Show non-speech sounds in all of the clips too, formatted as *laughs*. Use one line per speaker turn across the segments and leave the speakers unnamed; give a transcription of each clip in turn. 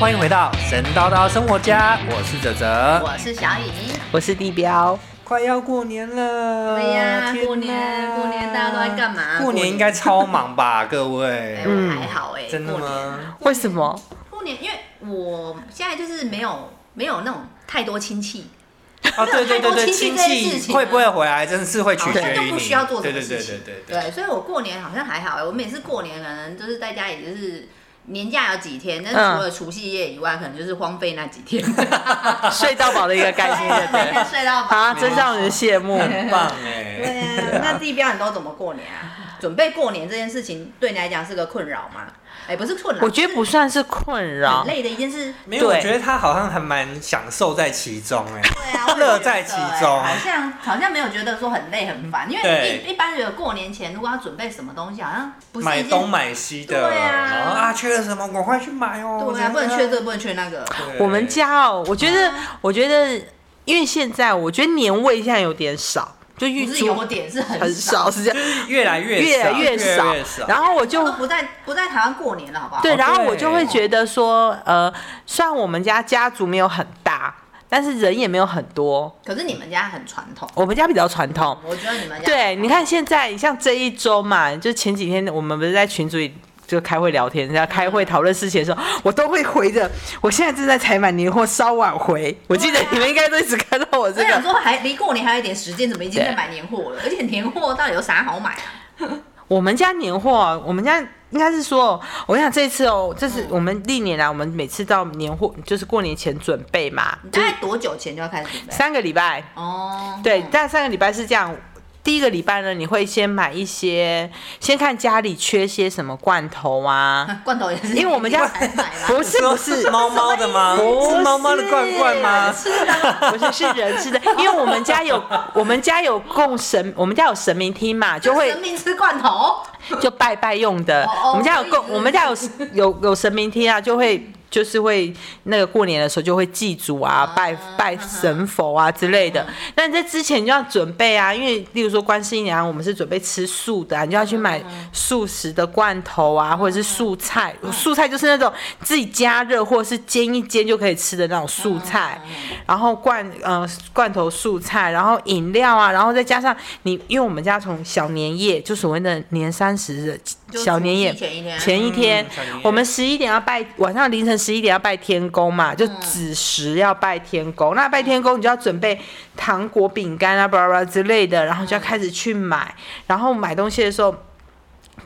欢迎回到神叨叨生活家，我是哲哲。
我是小雨。
我是地标，
快要过年了，
对呀
天
过年
哪
过年大家都在干嘛
过
过
年
年
应该超忙吧，各位
*laughs* 哎、？我还好哎、
嗯真的
过年
吗？
为什么？
过年，因为我现在就是没有没有那种太多亲戚，
啊，对对对对，
太多
亲
亲戚这件事
戚
情
会不会回来，真是会取
好像
决
就
于
不
你。
需要做什
对
么
对对
事
对
情。
对对。
对，所以我过年好像还好哎、我每次过年可能就是在家里就是。年假有几天，但是
嗯
除了除夕夜以外，可能就是荒废那几
*laughs*
天，
*laughs* 睡到饱的一个概念，对不
每
对
天睡到饱
*laughs* 啊，真让人羡慕。
很棒哎、
对啊，那地标你都怎么过年啊？准备过年这件事情对你来讲是个困扰吗？哎、不是困扰，
我觉得不算是困
是
扰
很，累的一件事。
没有，我
对
觉得他好像还蛮享受在其中哎、
对啊，我也觉得
*laughs* 乐在其中
好像好像没有觉得说很累很烦，因为
对
一一般人过年前如果要准备什么东西，好像不是
买
一件
东买西的，
对啊
然后啊缺了什么，赶快去买哦。
对啊，
怎么样
不能缺这个不能缺那个，
对
我们家哦，我觉得，我觉得，因为现在我觉得年味现在有点少，就预
不是
祝
有点是很
很少，是这样，
越来越
越来
少越
越少
越少。。
然后我
都
就
不在不在台湾过年了，好不好？
对，
哦
然后我
对
就会觉得说，呃，虽然我们家家族没有很大，但是人也没有很多，
可是你们家很传统，
我们家比较传统。
我觉得你们家
对，你看现在像这一周嘛，就前几天我们不是在群组里。就开会聊天，人家开会讨论事情的时候，我都会回的。我现在正在采买年货，稍晚回。我记得
对啊
你们应该都一直看到我
我
这
想
个。
说还离过年还有一点时间，怎么已经在
对
买年货了？而且年货到底有啥好买啊？
我们家年货啊，我们家应该是说，我想这次哦，这是
嗯
我们历年来，我们每次到年货就是过年前准备嘛，
你
就
大
是
概多久前就要开始准备？
三个礼拜。
哦，
对，
嗯
但上个礼拜是这样，第一个礼拜呢，你会先买一些，先看家里缺些什么罐
*laughs*
头啊，
*laughs* 罐头也是，
因为我们家
才买啦
不是不
*laughs* 你
是
说猫猫的吗？
不
是
是
猫猫的罐罐吗？
是啊，
不是是人吃的，因为我们家有我们家有供神，我们家有神明厅嘛， *laughs* 就会
神明吃罐头，
就拜拜用的
哦哦。
我们家有
所以
供，
是
我们家有有有神明厅啊，就会就是会那个过年的时候就会祭祖啊，拜拜神佛啊之类
嗯
的。那你在之前就要准备啊，因为例如说观世音娘，我们是准备吃素的啊、你就要去
嗯
买素食的罐头啊，或者是素菜。
嗯
素菜就是那种自己加热或者是煎一煎就可以吃的那种素菜。然后罐呃罐头素菜，然后饮料啊，然后再加上你，因为我们家从小年夜就所谓的年三十的
就
小年夜
除夕前一天
前一天
嗯小年夜
我们十一点要拜，晚上凌晨十一点要拜天公嘛，
嗯
就子时要拜天公。那拜天公你就要准备糖果、饼干啊、巴拉巴拉之类的，然后就要开始去买，然后买东西的时候。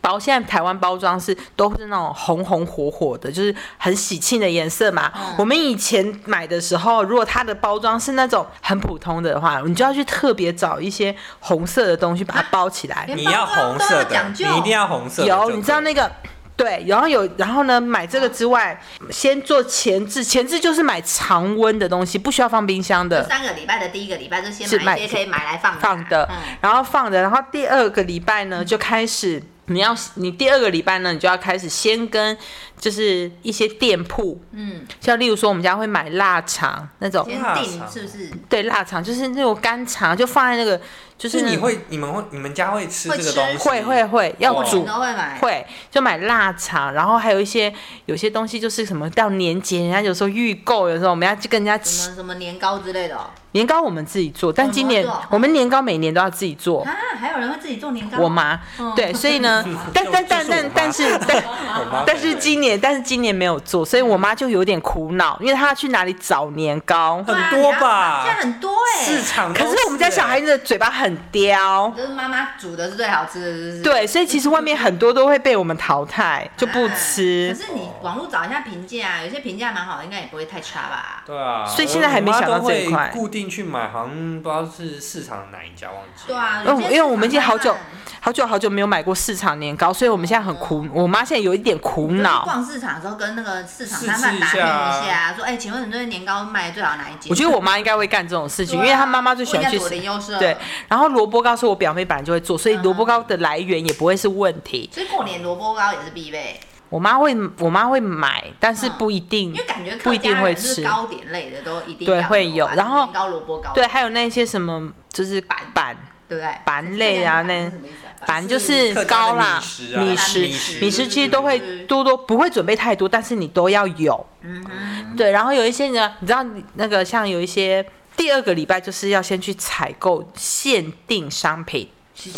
包现在台湾包装是都是那种红红火火的，就是很喜庆的颜色嘛。我们以前买的时候，如果它的包装是那种很普通的话，你就要去特别找一些红色的东西把它包起来。
连
你
包
要
装
红
都
色
要
的，
讲
你
究，
一定要红色的就可以。
有，你知道那个。对，然后有，然后呢，买这个之外，先做前置，前置就是买常温的东西，不需要放冰箱的，
三个礼拜的第一个礼拜就先
是
买
买
一些可以买来放啊
放的
嗯，
然后放的，然后第二个礼拜呢就开始，你要你第二个礼拜呢，你就要开始先跟就是一些店铺，
嗯，
像例如说我们家会买腊肠那种，
先
腊
定
肠
是不是？
对，腊肠就是那种干肠，就放在那个就是
是
那
你
个
会、你们会、你们家会吃
会
这个
吃
东西？
嗯会会会要
哦
煮
你都会买，
会就买腊肠，然后还有一些有些东西就是什么到年节，人家有时候预购，有时候我们要去跟人家
什
吃
么什么年糕之类的哦
年糕，我们自己做，但
哦
今
你会
年
做哦
我们年糕每年都要自己做。
啊，还有人会自己做年糕，
我妈
嗯
对，所以呢，但但但
就是我
但
妈 *laughs*
但是但
我妈
但是
本人
今年但是今年没有做，所以我妈就有点苦恼，因为她要去哪里找年糕？
对啊
很多
你要
吧
现在很多哎，
市场都
可是我们家小孩
欸
子的嘴巴很刁，
就是妈妈煮的是最好吃的，是不是？
对，所以其实外面很多都会被我们淘汰，就
哎
不
啊
吃
可。是你网络找一下评价啊，有些评价蛮好的，应该也不会太差吧？
对啊，
所以现在还没想到这一块
我妈都会固定去买，好像不知道是市场哪一家忘记了。
对啊，
嗯
有些
因为我们已经好久
市场慢慢
好久好久没有买过市场年糕，所以我们现在很苦，我妈现在有一点苦
就是
恼。
逛市场的时候跟那个市场
试
摊贩
吃一
打听
下啊
一下，说：“哎、请问你对年糕卖的最好哪一间？”
我觉得我妈应该会干这种事情，
对啊
因为她妈妈最喜欢去
问一下左邻右舍啊
对，然后萝卜糕是我表妹本来就会做，所以萝卜糕的来源也不会是问题。
所以过年萝卜糕也是必备。
我妈会我妈会买，但是
嗯
不一定，
因为感觉
不
客
一定
家
会
人是
吃。
糕点类的都一定
对
要
会
有
有
啊，
然后
年糕萝卜糕，
对，还有那些什么就是板板
对不对？
板类啊，那
是什么意思啊
板就是
客家的
糕啦
米食、啊
米
米食
食、米食，其实都会
对对对
多多不会准备太多，但是你都要有。
嗯哼，
对，然后有一些呢，你知道你那个像有一些第二个礼拜就是要先去采购限定商品，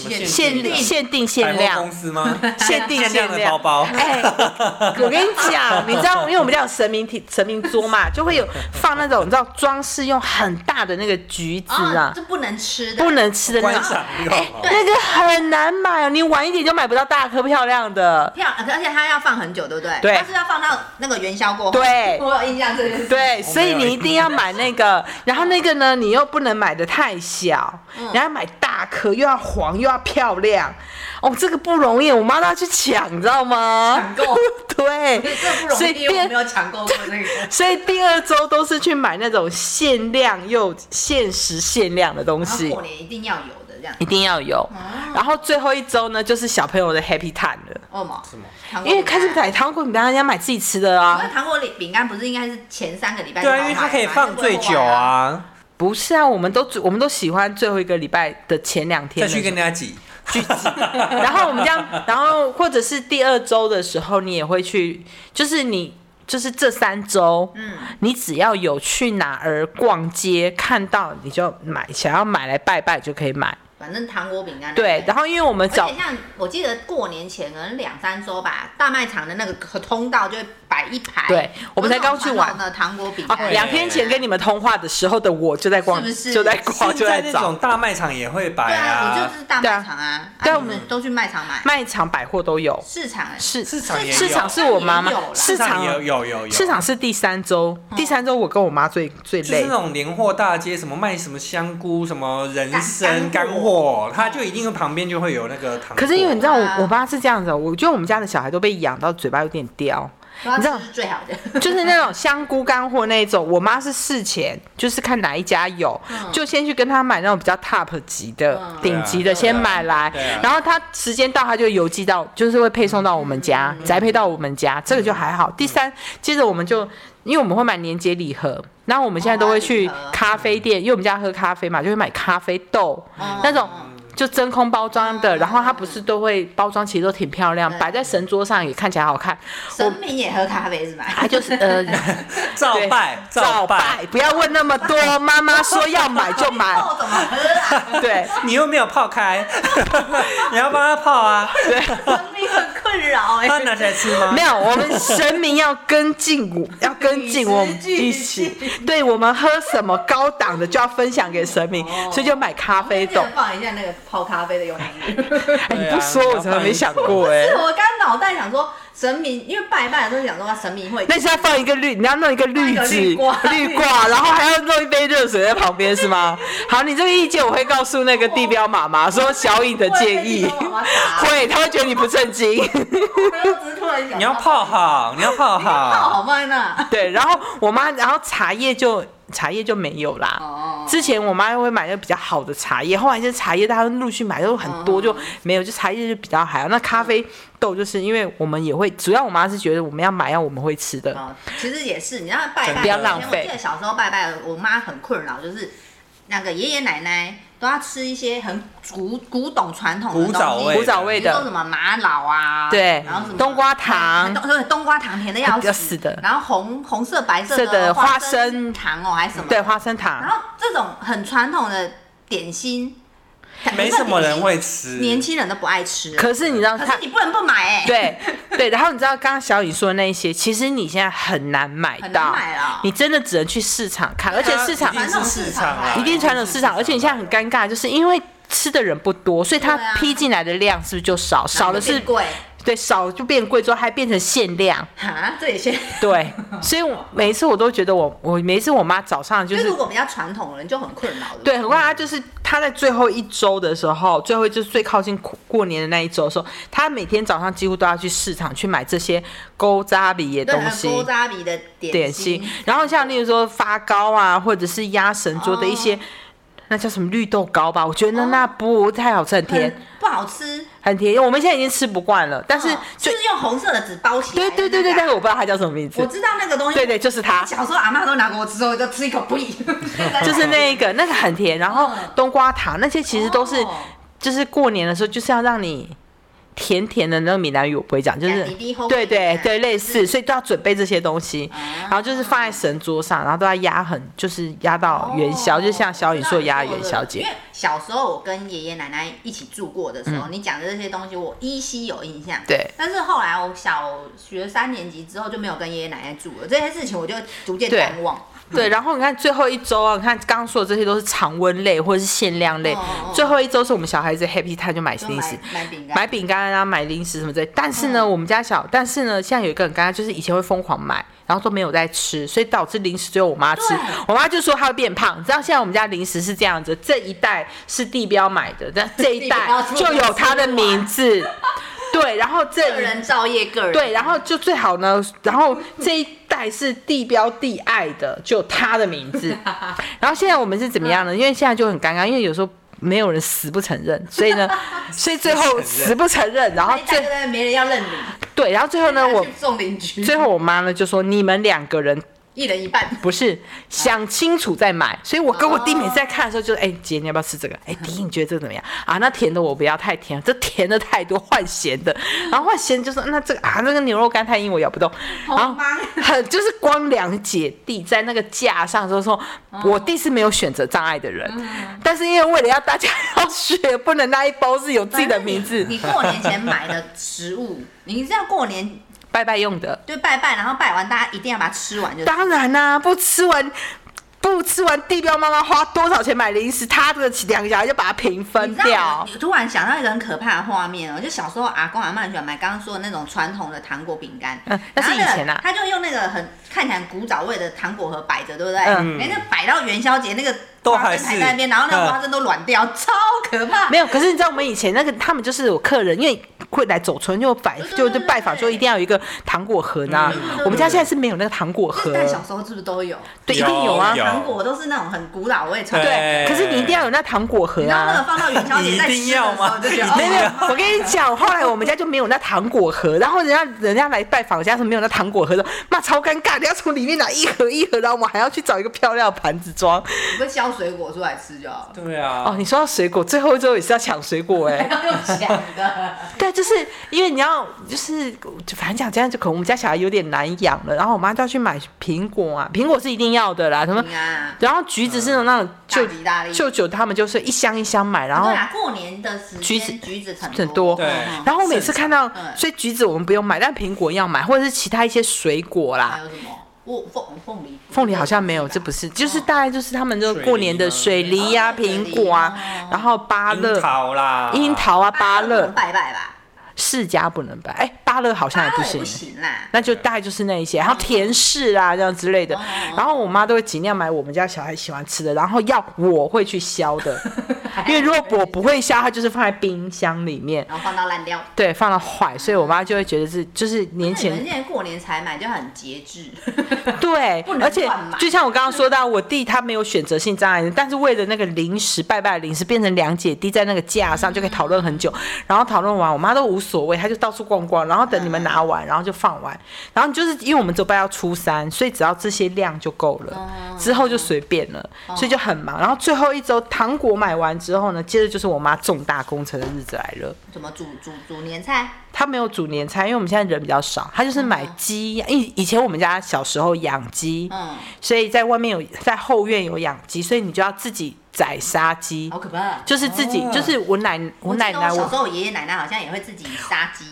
么
限
限
限
定
限定
百
限
货
量
公，司吗？
*laughs* 限定
限量的包
量。
包，
*laughs* 哎，我跟你讲，你知道，因为我们家有神明体神明桌嘛，就会有放那种你知道装饰用很大的那个橘子
啊，
啊，
这不能吃的，
不能吃的那
观
种，
赏用啊。
哎
那个很难买哦，你晚一点就买不到大颗漂亮的。
票，而且它要放很久，对不对？
对
它是要放到那个元宵过后。
对
*laughs* 我有印象这件事。
对，所以
我没有
你一定要买那个，然后那个呢，你又不能买的太小，
嗯
你要买大颗，又要黄又要漂亮。哦，这个不容易，我妈都要去抢，你知道吗
抢？购
*laughs* 对
这个不，容
所以
易，因为我
第
没有抢购过
*laughs*
这个。
所以第二周都是去买那种限量又限时限量的东
然后
西
过，年一定要有的这样
一。定要有。
啊
然后最后一周呢，就是小朋友的 Happy Time 了，
哦嘛，
什么？
糖果
因为开始
饼干
买糖果饼干，人家买自己吃的
因
啊
为。糖果饼干不是应该是前三个礼拜
对
就
啊，
好
因为它
买
可以
吗
放最久。
哎
啊，
不是啊，我们都我们都喜欢最后一个礼拜的前两天
再
的时候
去跟人家挤。
然后我们这样，然后或者是第二周的时候，你也会去，就是你就是这三周，嗯，你只要有去哪儿逛街看到，你就买，想要买来拜拜就可以买。
哎
反正糖果饼干
对，然
后。
后因为我们
而
早
且像我记得过年前可能两三周吧，大卖场的那个通道就会摆一排。
对我们才刚去玩
的糖果饼
哎
啊
干。
两天前跟你们通话的时候的我就在逛，
是不是
就在逛，就
现在那
找
种大卖场也会摆
对啊，我
啊
就，是大卖场啊，
对啊
啊你们都去卖场买，
卖场百货都有，
市场欸
市
市场也有
市场是我妈妈
也有啦
市场
也有有有有
市场是第三周，
嗯
第三周我跟我妈最最
就是
累
那，种年货大街，什么卖什么香菇、什么人参、
干
干
干
货，它就一定旁边就会有那个糖果。
可是因为你知道
哇
我我妈是这样子哦，我觉得我们家的小孩都被养到嘴巴有点刁，
都要
你知道
吃是最好的。
*laughs* 就是那种香菇干货那一种，我妈是事前就是看哪一家有，就先去跟她买那种比较 top 级的、
嗯
顶级
对
的，
啊
先买来
对啊，
然后她时间到，她就邮寄到，就是会配送到我们家，
嗯
宅配到我们家，这个就还好。第三，接着我们就因为我们会买年节礼盒。然后我们现在都会
哦礼
去
盒
咖啡店，因为我们家喝咖啡嘛，就会买咖啡豆、
嗯
那种就真空包装的。然后它不是都会包装，其实都挺漂亮，
对
摆在神桌上也看起来好看。我
神明也喝咖啡是吧？
它
*laughs*
*laughs* 就是呃，
*laughs* 照
对
拜
照
拜，
拜，不要问那么多。妈妈说要买就买，
豆怎么喝啊？ *laughs*
对
你又没有泡
*laughs*
开，你要帮他泡啊，
对，
神明很困扰哎、
他拿起来吃吗
没？有，我们神明要跟进我，要跟进我们一起。对我们喝什么高档的就要分享给神明，所以就买咖啡
记得
豆。
放一下那个泡咖啡的用具。
哎，你
对啊
不说我怎么没想过哎、
是我刚脑袋想说神明，因为拜拜的时候想说神明会
那是要放一个绿，你要弄一个绿
放一个
纸
绿挂
绿挂，然后还要弄一杯热水在旁边
*laughs*
是吗？好，你这个意见我会告诉那个地标妈妈，说小颖的建
我会被
议
地标妈妈打
会，她会觉得你不正经。 *laughs*
没有，只是突然想到
你要泡好，你要泡
啊
泡好
好，
放在那。
对，然后我妈，然后茶叶就茶叶就没有啦。
哦
之前我妈会买那比较好的茶叶，后来这茶叶大家陆续买都很
哦
多，就没有，就茶叶就比较还好。那咖啡豆就是因为我们也会，主要我妈是觉得我们要买要我们会吃的，
哦，其实也是，你知道拜
真的
拜
不要
浪费
以前我记得小时候拜拜，我妈很困扰，就是那个爷爷奶奶都要吃一些很古古董传统的
古早味
东西
的
古早味
比如说什
的，
么玛瑙啊，
对
然后什么
冬瓜糖
*laughs* 冬对冬瓜糖甜的要
*laughs* 要死的
然后红红色白色
色的花
花
生
糖哦，还是什么？
对，花生
然
啊
糖。
后这种很传统的点心，
没什么人会吃。
年轻人都不爱吃，啊
可是你知道
可
她
是你不能不买哎，，
对对，然后你知道刚刚小雨说的那一些，其实你现在很难买
很难
到，
买啊
你真的只能去市场看，而且市
一
场
定是市场啊，
一定传统市场，而且你现在很尴尬，就是因为吃的人不多，所以它
对啊
批进来的量是不是就少？少的是
贵
对，少就变贵，之后还变成限量。
哈，这也先。
对，所以我每一次我都觉得我我每一次我妈早上就
就是
是
如果比较传统的人就很困扰，不
对，很快她就是她在最后一周的时候，最后就是最靠近过过年的那一周的时候，她每天早上几乎都要去市场去买这些勾扎比的
对，
东
很
西。
勾扎比的
点
点
心
心，，
然后像例如说发糕啊，或者是
哦
压神桌的一些，那叫什么绿豆糕吧？我觉得那那不太好吃，很甜
很。不好好吃，
很甜。我们现在已经吃不惯了，但是
嗯
就、
就是用红色的纸包起来。
对对对对，
那
但
个啊
是我不知道它叫什么名字
我。知道那个东西。
对对，就是它，
小时候阿妈都拿给我吃，我就吃一口不一，
就是那一个，那个很甜。然后
嗯
冬瓜塔那些其实都是，
哦
就是过年的时候就是要让你甜甜的。那个闽南语我不会讲，就是
呀滴滴烘
对对
啊
对，类似，所以都要准备这些东西，
啊
然后就是放在神桌上，然后都要压很，就是压到哦元
哦
宵，就像小雨说压元宵
因
节。
为小时候我跟爷爷奶奶一起住过的时候，你讲的这些东西我依稀有印象。
嗯对
但是后来我小学三年级之后就没有跟爷爷奶奶住了，这些事情我就逐渐
对
淡忘。
对，然后你看最后一周啊，你看刚刚说的这些都是常温类或者是限量类
哦哦哦，
最后一周是我们小孩子 happy time 就买
就
零食
买，买饼干，嗯
买饼干啊，买零食什么之类。但是呢，我们家小，但是呢，现在有一个很尴尬，就是以前会疯狂买，然后都没有在吃，所以导致零食只有我妈吃
对。
我妈就说她会变胖。你知道现在我们家零食是这样子，这一袋是地标买的，但这一
地
袋
标出
就有她的名字。对，然后这
个人造业，个人
对，然后就最好呢，然后这一代是地标地爱的，就他的名字。然后现在我们是怎么样呢？因为现在就很尴尬，因为有时候没有人死不承认，所以呢，所以最后死不承认，然后
那哎一大
最
堆人没人要认领，
对，然后最后呢，我
去送邻居，
最后我妈呢就说你们两个人
一人一半。
不是想清楚再买，所以我跟我弟
哦
每次在看的时候就，哎、姐你要不要吃这个？哎、弟你觉得这个怎么样啊？那甜的我不要太甜，这甜的太多，换咸的。然后换咸就说那这个啊，那个牛肉干太硬，我咬不动。
好
然后
忙
*laughs* 很就是光两姐弟在那个架上的时候说，
嗯
我弟是没有选择障碍的人，但是因为为了要大家要学，不能那一包是有自己的名字
反正，你你过年前买的食物，你知道过年
拜拜用的。
就拜拜，然后拜完大家一定要把它吃完就，
当然啦、不吃完不吃完，地标妈妈花多少钱买零食，她的两个小孩就把它平分
你知道
掉
我。突然想到一个很可怕的画面哦，就小时候阿公阿妈很喜欢买刚刚说的那种传统的糖果饼干，
嗯那是
然后
以前啊
他就用那个很看起来很古早味的糖果盒摆着，对不对？
嗯
哎，那摆到元宵节那个
都
花
还
生
是
还在那边，然后那
嗯
个花生都软掉，超可怕。
没有，可是你知道我们以前那个，他们就是有客人，因为会来走村，就拜
对对
就
对
就拜访，
对
说一定要有一个糖果盒呢
嗯。
我们家现在是没有那个糖果盒，
但小时候是不是都有？
对，一定有啊
有。
糖果都是那种很古老味传统，
对，
对
可是你一定要有那糖果盒
然后那个
啊。
放到元宵节再
你一
吃的
定
时
要
候，
吗
就觉得
没有没
*laughs*
有
哦，，
我跟你讲，后来我们家就没有那糖果盒，然后人家人家来拜访，人家是没有那糖果盒的，妈超尴尬，你要从里面拿一盒一盒，然后我们还要去找一个漂亮的盘子装，
你会削水果出来吃就
*laughs*
好了，
对啊，
哦，你说到水果，最后一周也是要抢水果哎、
还要用抢 *laughs* 的。
*laughs* 对，就是因为你要，就是就反正讲这样，就可能我们家小孩有点难养了，然后我妈就要去买苹果啊，苹果是一定要的啦，什么，
你啊，
然后橘子是那种
嗯大
舅
吉大利。
舅舅他们就是一箱一箱买，然后
对啊，过年的时间
橘子
橘子很
很多
对
嗯嗯
然后我每次看到，
嗯
所以橘子我们不用买，但苹果要买，或者是其他一些水果
还
啦。
有什么？我凤凤梨，
凤梨好像没有，这不是，就是大概就是他们就
水
过年的
梨吗
水梨呀、
嗯哦水梨
苹果啊
哦，
然后芭
樱
乐、
桃啦，
樱桃啊、芭
我
乐
们，拜拜吧，
释迦不能摆，哎，芭乐好像
芭
也
乐
不
也
行
不。行啦。
那就大概就是那一些，然后甜柿啊这样之类的
哦哦哦，
然后我妈都会尽量买我们家小孩喜欢吃的，然后要我会去削的，因为如果我不会削，它就是放在冰箱里面，
然后放到烂掉。
对，放到坏，所以我妈就会觉得是就是年
那你
前
们现在过年才买就很节制， *laughs*
*laughs* 对
不，能
而且
乱买
就像我刚刚说到，我弟他没有选择性障碍，但是为了那个零食拜拜的零食，变成两姐弟在那个架上就可以讨论很久，然后讨论完，我妈都无所谓，她就到处逛逛，然后等你们拿完，然后就放完，然后就是因为我们周拜要初三，所以只要这些量就够
哦
了，之后就随便了，所以就很忙。然后最后一周糖果买完之后呢，接着就是我妈重大工程的日子来了。
怎么煮煮煮年菜？
他没有煮年菜，因为我们现在人比较少，他就是买鸡。以以前我们家小时候养鸡，
嗯，
所以在外面有在后院有养鸡，所以你就要自己宰杀鸡
好，可怕。
就是自己
哦
就是我奶我
我
奶
记得我
奶
小时
我
候我爷爷奶奶好像也会自己杀鸡，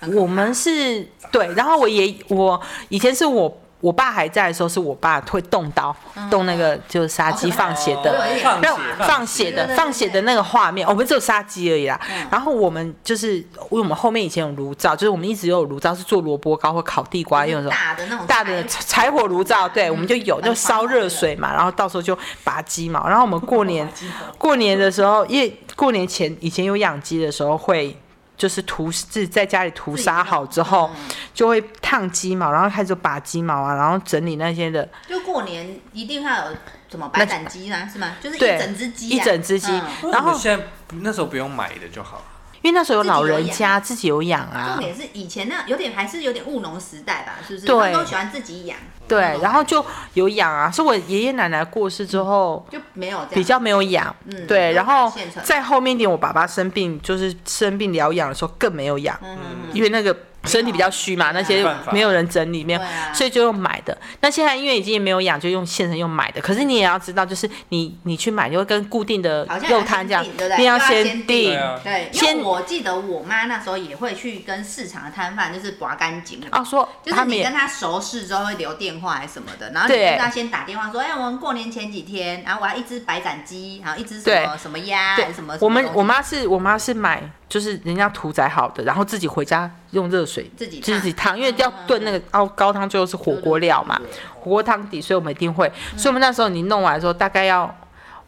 很可
我们是对，然后我也我以前是我我爸还在的时候，是我爸会动刀
嗯
动那个就是杀鸡
哦
放血的。
对
放
没有
血
放血
血
对对
的
对
放血的那个画面，哦我们只有杀鸡而已啦
嗯。
然后我们就是因为我们后面以前有炉灶，就是我们一直有炉灶是做萝卜糕或烤地瓜
就
用
是
的。
大的那种
大的
菜
柴火炉灶，对，我们就有，
嗯
就烧热水嘛，然后到时候就拔鸡毛。然后我们过
*laughs* 哦
年过年的时候，因为过年前以前有养鸡的时候会。就是屠自己在家里屠杀好之后，
嗯
就会烫鸡毛，然后开始拔鸡毛啊，然后整理那些的，
就过年一定要有什么白斩鸡啦，是吗？就是一
对
整只鸡啊，
一整只鸡
嗯
为什么
然后
现在不那时候不用买的就好了，
因为那时候有老人
自己有
家自己有养啊
重，点是以前那有点还是有点务农时代吧，是不是？
对
他们都喜欢自己养，嗯
对
那，种
然后就有养啊。是我爷爷奶奶过世之后。
就没有这样
比较没有养，
啊嗯
对，
就
然后
现成
在后面一点，我爸爸生病，就是生病疗养的时候更没有养，
嗯
因为那个身体比较虚
对
嘛，那
啊
些
办法
没有人整理，没有
对，啊
所以就用买的。那现在因为已经也没有养，就用现成用买的。可是你也要知道，就是你你去买，就会跟固定的
好像
肉摊这样
要先定对不，对
你要
要先
先
定
定
对。啊，
对，因
先
为我记得我妈那时候也会去跟市场的摊贩就是拔干净
啊，说
就
他
是
们
你
也
跟他熟识之后会留电话还是什么的，然后你
对
跟他先打电话说，哎，我们过年前几天，然后我要一只白斩鸡，然后一只什
对
么什么鸭，还
对
是什么什么
我们
东西
我妈是我妈是买，就是人家屠宰好的，然后自己回家用热水
自己
自己
烫嗯
烫，因为要炖那个熬高汤，最后是火锅料嘛
对对对对，
火锅汤底，所以我们一定会。所以我们那时候你弄完的时候，大概要，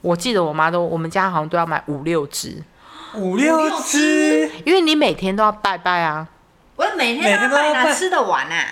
我记得我妈都，我们家好像都要买五六只，
五六只，
因为你每天都要拜拜啊，
我每天都要
每天都要
买
拜
它吃得完啊，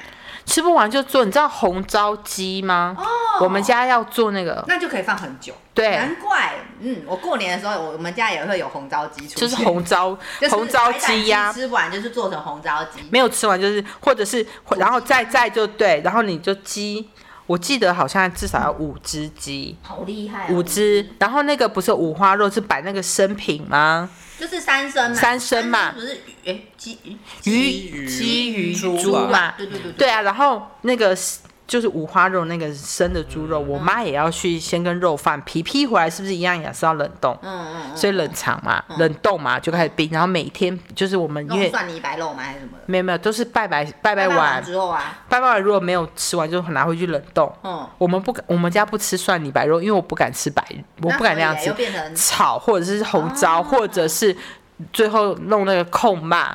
吃不完就做。你知道红糟鸡吗？我们家要做那个，
哦那就可以放很久。
对
难怪，嗯，我过年的时候，我我们家也会有红糟鸡出现，
就是红糟
*laughs* 就是
红糟
白斩
鸡呀、
吃完就是做成红糟鸡，
没有吃完就是，或者是然后再再就对，然后你就鸡，我记得好像至少要五只鸡，
好厉害、哦，
五只，然后那个不是有五花肉是摆那个生品吗？
就是三生嘛，
三牲嘛
不是哎鸡
鸡
鱼、
鱼
鸡鱼、
猪
猪
吧
嘛，
对对对
对啊，然后那个是就是五花肉那个生的猪肉，我妈也要去先跟肉贩皮皮回来，是不是一样也是要冷冻？
嗯嗯嗯，
所以冷藏嘛，冷冻嘛就开始冰，然后每天就是我们因
弄
为
蒜泥白肉吗还是什么的？
没有没有都是拜拜拜拜完
完，之后啊，
拜拜完如果没有吃完就拿回去冷冻。
嗯，
我们不敢，我们家不吃蒜泥白肉，因为我不敢吃白，我不敢那样
所以
吃
啊又，变成啊
炒或者是红糟，或者是最后弄那个控骂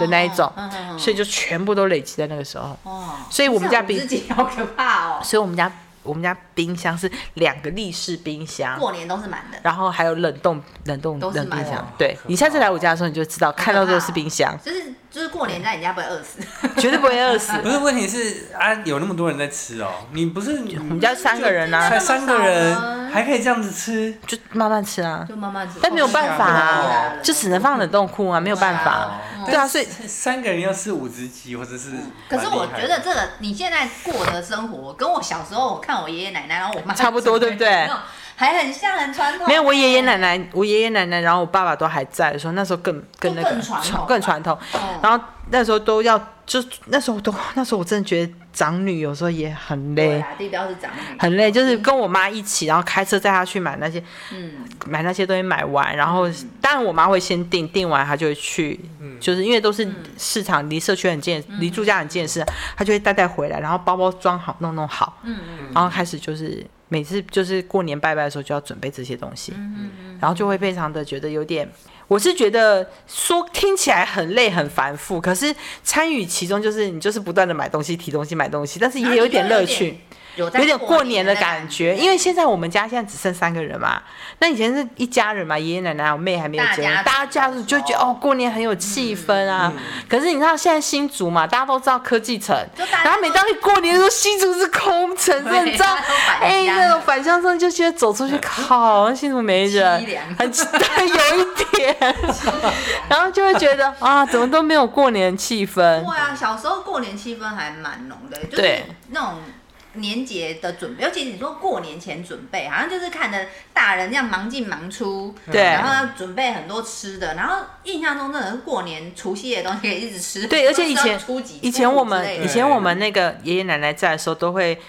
的那一种，
嗯嗯嗯
所以就全部都累积在那个时候。
哦，
所以我们家
自
冰，
己好可怕
*laughs*
哦，
所以我们家我们家冰箱是两个立式冰箱。
过年都是满的，
然后还有冷冻、冷冻、
都是
冷
买
冰
的哦
箱
哇。
对
好可怕
你下次来我家的时候，你就知道，看到都
啊
是冰箱，
就是就是过年在你家不会饿死，
绝对不会 *laughs* 饿死。
不是问题是啊，有那么多人在吃哦，你不是我
我们家三个人啊，
才三个
那么少
人
呢
还可以这样子吃，
*laughs* 就慢慢吃啊，
就慢慢吃，
但没有办法
好吓
啊
人，
就只能放冷冻库啊，没有办法
哦。
对啊，所以
三个人要吃五只鸡或者是
可
蛮
是
厉
我
害的
觉得这个你现在过的生活，跟我小时候我看我爷爷奶奶，然后我妈
差不多对不对
那种还很像很传统。
没有，我爷爷奶奶，我爷爷奶奶，然后我爸爸都还在的时候，那时候更更那个
就更传统吧
更传统。
嗯
然后那时候都要，就那时候都，那时候我真的觉得长女有时候也很
对
累，
啊，地标是长女，
很累，就是跟我妈一起，然后开车载她去买那些
嗯，
买那些东西买完，然后当然我妈会先订，订完她就会去，就是因为都是市场离社区很近，离住家很近的事，她就会带带回来，然后包包装好，弄弄好，嗯嗯，然后开始就是每次就是过年拜拜的时候就要准备这些东西，嗯嗯，然后就会非常的觉得有点。我是觉得说听起来很累很繁复，可是参与其中就是你就是不断的买东西提东西买东西，但是也有一
啊
点乐趣。
有在
有点过年的
那
感觉，因为现在我们家现在只剩三个人嘛，那以前是一家人嘛，爷爷奶奶、我妹还没有结婚，大
大
家
家
族
族
就觉得哦，过年很有气氛
嗯
啊。可是你知道现在新竹嘛，大家都知道科技城，
就大家
然后每
都
当你过年的时候，新竹是空城，真的你知道
大家都返，
哎，
乡
那
了
种返乡生就觉得走出
*laughs*
去，靠，新竹没人
凄凉，
很有一
*laughs*
点，然后就会觉得啊，怎么都没有过年气氛。
对啊，小时候过年气氛还蛮浓的，就是
对
那种年节的准备，尤其你说过年前准备，好像就是看着大人这样忙进忙出，
对
然后要准备很多吃的，然后印象中真的是过年除夕夜的东西可以一直吃，
对，而且以
不知道
前
初几，
以前我
初五之类
们
的
以前我们那个爷爷奶奶在的时候，都会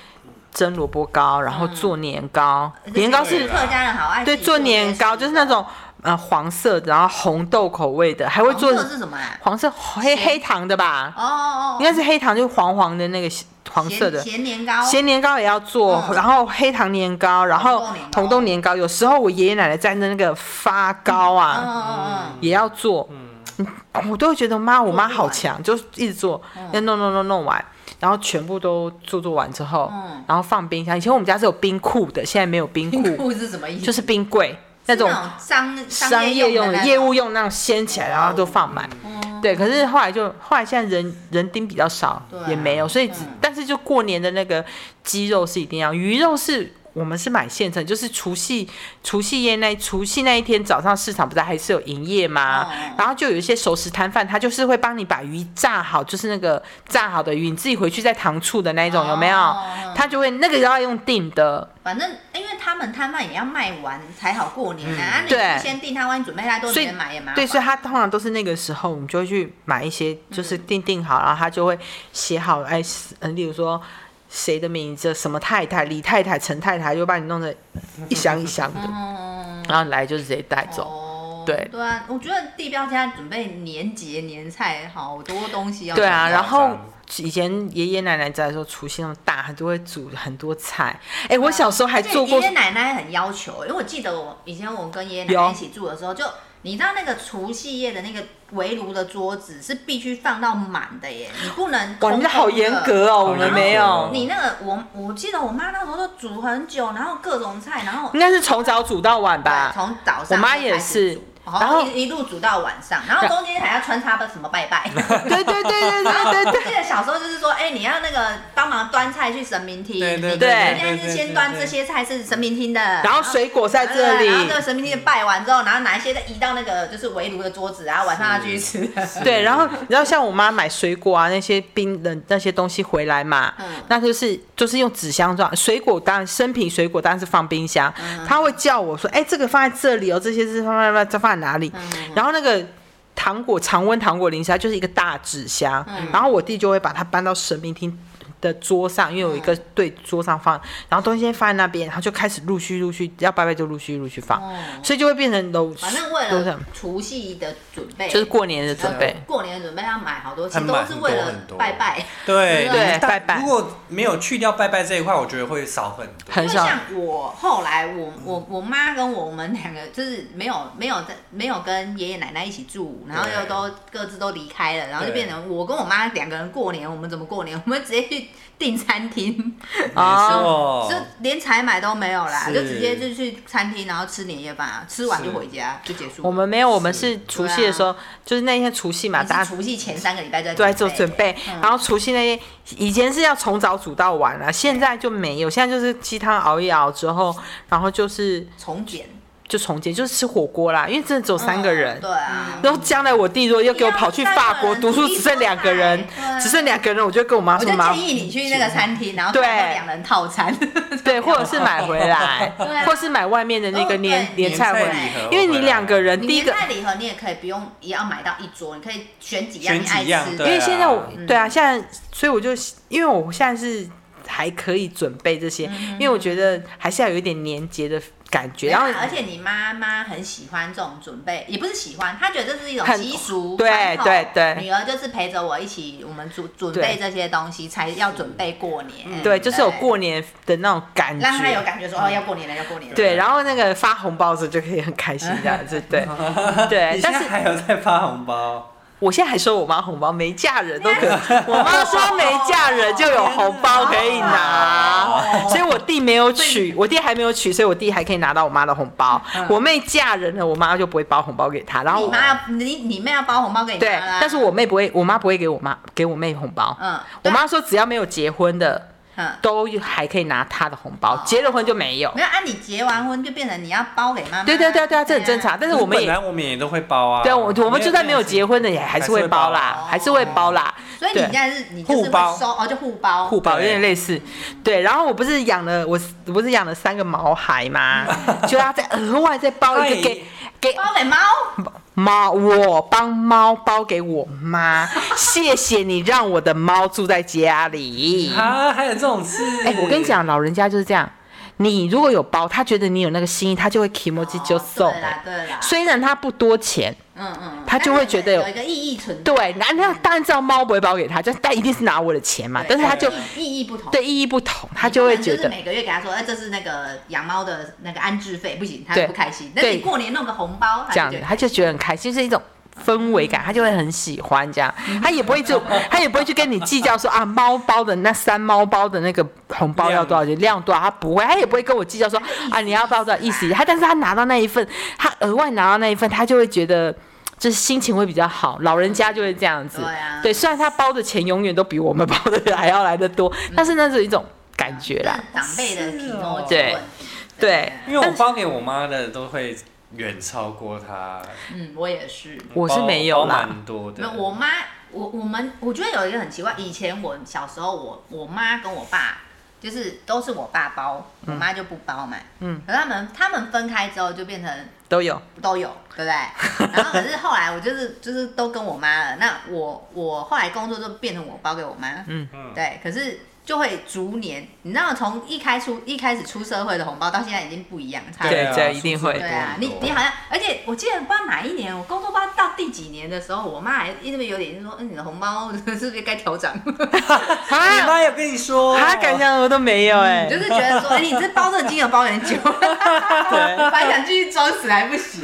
蒸萝卜糕，然后做
嗯
年糕。年糕
对
是
啦
客家人好爱
对
自己
做年糕，
这些
就是
事
那种呃黄色的，然后红豆口味的，还会做
黄色是什么啊？
黄色黑黑糖的吧？
哦哦哦，
应该是黑糖，就是黄黄的那个黄色的
咸。咸年糕，
咸年糕也要做，
嗯
然后黑糖年糕，然
红
后
豆年糕
红豆年糕。有时候我爷爷奶奶在的那个发糕
嗯
啊，
嗯嗯
也要做。
嗯
我都会觉得妈，我妈
做不
好
完嗯
强，就一直做，要弄弄弄弄完，然后全部都做做完之后，
嗯
然后放冰箱。以前我们家是有冰库的，现在没有冰
*laughs* 嗯，
库，
裤是什么意思？
就是冰柜那种
商
商业
业
用
的那
的、
种嗯
业务用那种掀起来，然后都放满。对，可是后来就后来现在人人丁比较少
对啊，
也没有，所以只但是就过年的那个鸡肉是一定要，鱼肉是我们是买现成，就是除夕除夕夜那除夕那一天早上市场不是还是有营业吗？
哦
然后就有一些熟食摊贩，他就是会帮你把鱼炸好，就是那个炸好的鱼，你自己回去再糖醋的那一种，有没有
哦？
他就会那个要用订的，
反正因为他们摊贩也要卖完才好过年啊，啊你
嗯对
不先订摊，万一准备太多，
所
你
以
人买也麻烦。
对，所以他通常都是那个时候，我们就会去买一些，就是
嗯
订订好，然后他就会写好，哎，嗯，例如说。谁的名字？什么太太？李太太、陈太太，就把你弄得一箱一箱的，
嗯，
然后你来就直接带走。
哦，
对
对啊，我觉得地标家准备年节年菜好多东西要
对啊，
准备
然后
张
以前爷爷奶奶在的时候，除夕那么大，他都会煮很多菜。哎、我小时候还
啊而且
做过
爷爷奶奶很要求，因为我记得我以前我跟爷爷奶奶
有
一起住的时候，就你知道那个除夕夜的那个围炉的桌子是必须放到满的耶，你不能
哇，
空
你们好
空的
严。格哦，我们没有
哦，
你那个我我记得我妈那时候都煮很久，然后各种菜，然后
应该是从早煮到晚吧。
从早
我
上
妈
就
也
开始
是
煮，
然
然后
后
一一路煮到晚上，然后中间还要穿插个什么拜
*laughs*
拜。
对对对对对对对，
*laughs* 记得小时候就是说，哎、你要那个帮忙端菜去神明厅，
对对
你
对
你现在是先端这些菜是神明厅的，
然后水果在这
然后
里
这，个神明厅拜完之后，然后拿一些再移到那个就是围炉的桌子，然啊后晚上要去吃。
对，然后你知道像我妈买水果啊那些冰的那些东西回来嘛，
嗯
那就是就是用纸箱装水果，当然生品水果当然是放冰箱，
嗯
她会叫我说，哎、这个放在这里哦，这些是放放放，这放在哪里？
嗯
然后那个。糖果常温糖果零食，它就是一个大纸箱，
嗯
然后我弟就会把它搬到神明厅的桌上，因为有一个
嗯
对桌上放，然后东西先放在那边，然后就开始陆续陆续要拜拜就陆续陆续
*laughs*
放，
哦
所以就会变成楼，
反正为
楼上
了除夕的准备，呃
就是过年的准备。
过年的准备要买好多，其实
还
都
买
是
很多
为了
很多
拜拜。
对
对
你们大
拜拜
如果没有去掉拜拜这一块，我觉得会少很
*laughs*
多。
呃
很
因为
少。
像我后来我我我妈跟我们两个就是没有没有在没有跟爷爷奶奶一起住，然后
对
又都各自都离开了，然后就
对
变成我跟我妈两个人过年，我们怎么过年？我们直接去订餐厅，
哦
就连采买都没有啦，
是
就直接就去餐厅，然后吃年夜饭啊，吃完就回家就结束。
我们没有，我们
是
是除夕
啊
的时候，就是那天除夕嘛，
我
大
们
家
是除夕前三个礼拜就
都在
在
做准备。
嗯
然后除夕那天，以前是要从早煮到晚啊，现在就没有，现在就是鸡汤熬一熬之后，然后就是
重检，
就重建，就是吃火锅啦，因为真的只有三个人。
嗯对啊，
然后将来我弟如果又给我跑去法国读书，只剩两个人
对啊，
只剩两个人，我就跟我妈
我
说
就
妈
建，议你去那个餐厅，然后
嗯对
看到两人套
*laughs*
餐。
对，或者是买回
*laughs*
来
对啊，
或是买外面的那
哦
个年
对哦
年菜回
年
来
菜礼盒，
因为你
回来
两个人，
你
第一
年
个
菜礼盒你也可以不用，也要买到一桌，你可以选几样
选
你爱
几样对
吃的。
啊
因为现在我对啊，现在所以我就因为我现在是还可以准备这些，因为我觉得还是要有一点年节的感觉，
对
然
啊
后
而且你妈妈很喜欢这种准备，也不是喜欢，她觉得这是一种
很
习俗。
对
传统
对对
女儿就是陪着我一起，我们准准备这些东西，才要准备过年。
嗯对，就是有过年的那种感
让她有
觉。
感觉说哦要过年了，要过年了。
对，然后那个发红包的时候就可以很开心这样子，对对
你。现
但
在
是
还有在发红包，
我现在还收我妈红包，没嫁人都可以。我妈说没嫁人就有红包可以拿，所以我弟没有娶，我弟还没有娶，所以我弟还可以拿到我妈的红包。我妹嫁人了，我妈就不会包红包给她，然后
你
我
妈要你你妹要包红包给你
对
妈啦，
但是我妹不会，我妈不会给我妈给我妹红包。
嗯
我妈说只要没有结婚的，
嗯
都还可以拿她的红包，
哦
结了婚就没有
没。有啊，你结完婚就变成你要包给妈妈。
对对对对啊，这很正常。但是我们
本
也
来我们也都会包啊。
对啊我我们就算没有结婚的，也还是会包啦，还
还
是
是
会
会
包
包
啦。
哦所以你现
对
在是你就是
互包
会收哦，就互包
互包有
对
点类似，对。然后我不是养了我我不是养了三个毛孩吗？就要再额外再包一个给给
包给猫。
猫，我帮猫包给我妈，谢谢你让我的猫住在家里。
啊，还有这种事？
*laughs*
哎、我跟你，讲，老人家就是这样，你如果有包，他觉得你有那个心意，他就会 i m o j i 就送、
哦对啦，对啦，
虽然他不多钱，
嗯嗯，
他就会觉得有
有一个意义存在，嗯
对，那那当然知道猫不会包给他，就但一定是拿我的钱嘛。但是他就
意义不同，
对意义不同，他就会觉
你不
得
能就是每个月给他说，哎，这是那个养猫的那个安置费，不行，他
对
不开心。那
对
你过年弄个红包，
这样
他就，觉得
子他就觉得很开心，是一种。氛
嗯
围感，他就会很喜欢这样，他也不会就他也不会去跟你计较说啊， *laughs* 猫包的那三猫包的那个红包要多少钱，量多少，他不会，他也不会跟我计较说啊，你要包多少意思，他但是他拿到那一份，他额外拿到那一份，他就会觉得就是心情会比较好，老人家就会这样子，
对啊嗯
对，虽然他包的钱永远都比我们包的还要来的多，但是那是一种感感觉啦。
长辈的体重会出
对
问题。
对，
因为我包给我妈的都会远超过她，
嗯，我也是。
我是没
包
有
包
啦
蛮多的。
没有，我妈，我我们我觉得有一个很奇怪，以前我小时候我，我妈跟我爸就是都是我爸包，我妈就不包嘛。
嗯。
可是他们他们分开之后就变成
都有。
都有，对不对？然后可是后来我就是就是都跟我妈了，那我我后来工作就变成我包给我妈，
嗯
嗯
对，可是就会逐年，你知道从一开出一开始出社会的红包到现在已经不一样，差
对
对，
啊
这一定会
是不
对
是。
啊，
很
你
多
你好像，而且我记得不知道哪一年，我工作不知道到第几年的时候，我妈还一直有点说，嗯，你的红包是不是该调整？ *laughs*
你
啊，
妈有跟你说，
他感觉我都没有哎
你就。是觉得说，哎、你这包这个金额包很久，
对。
本来想继续装死还不行。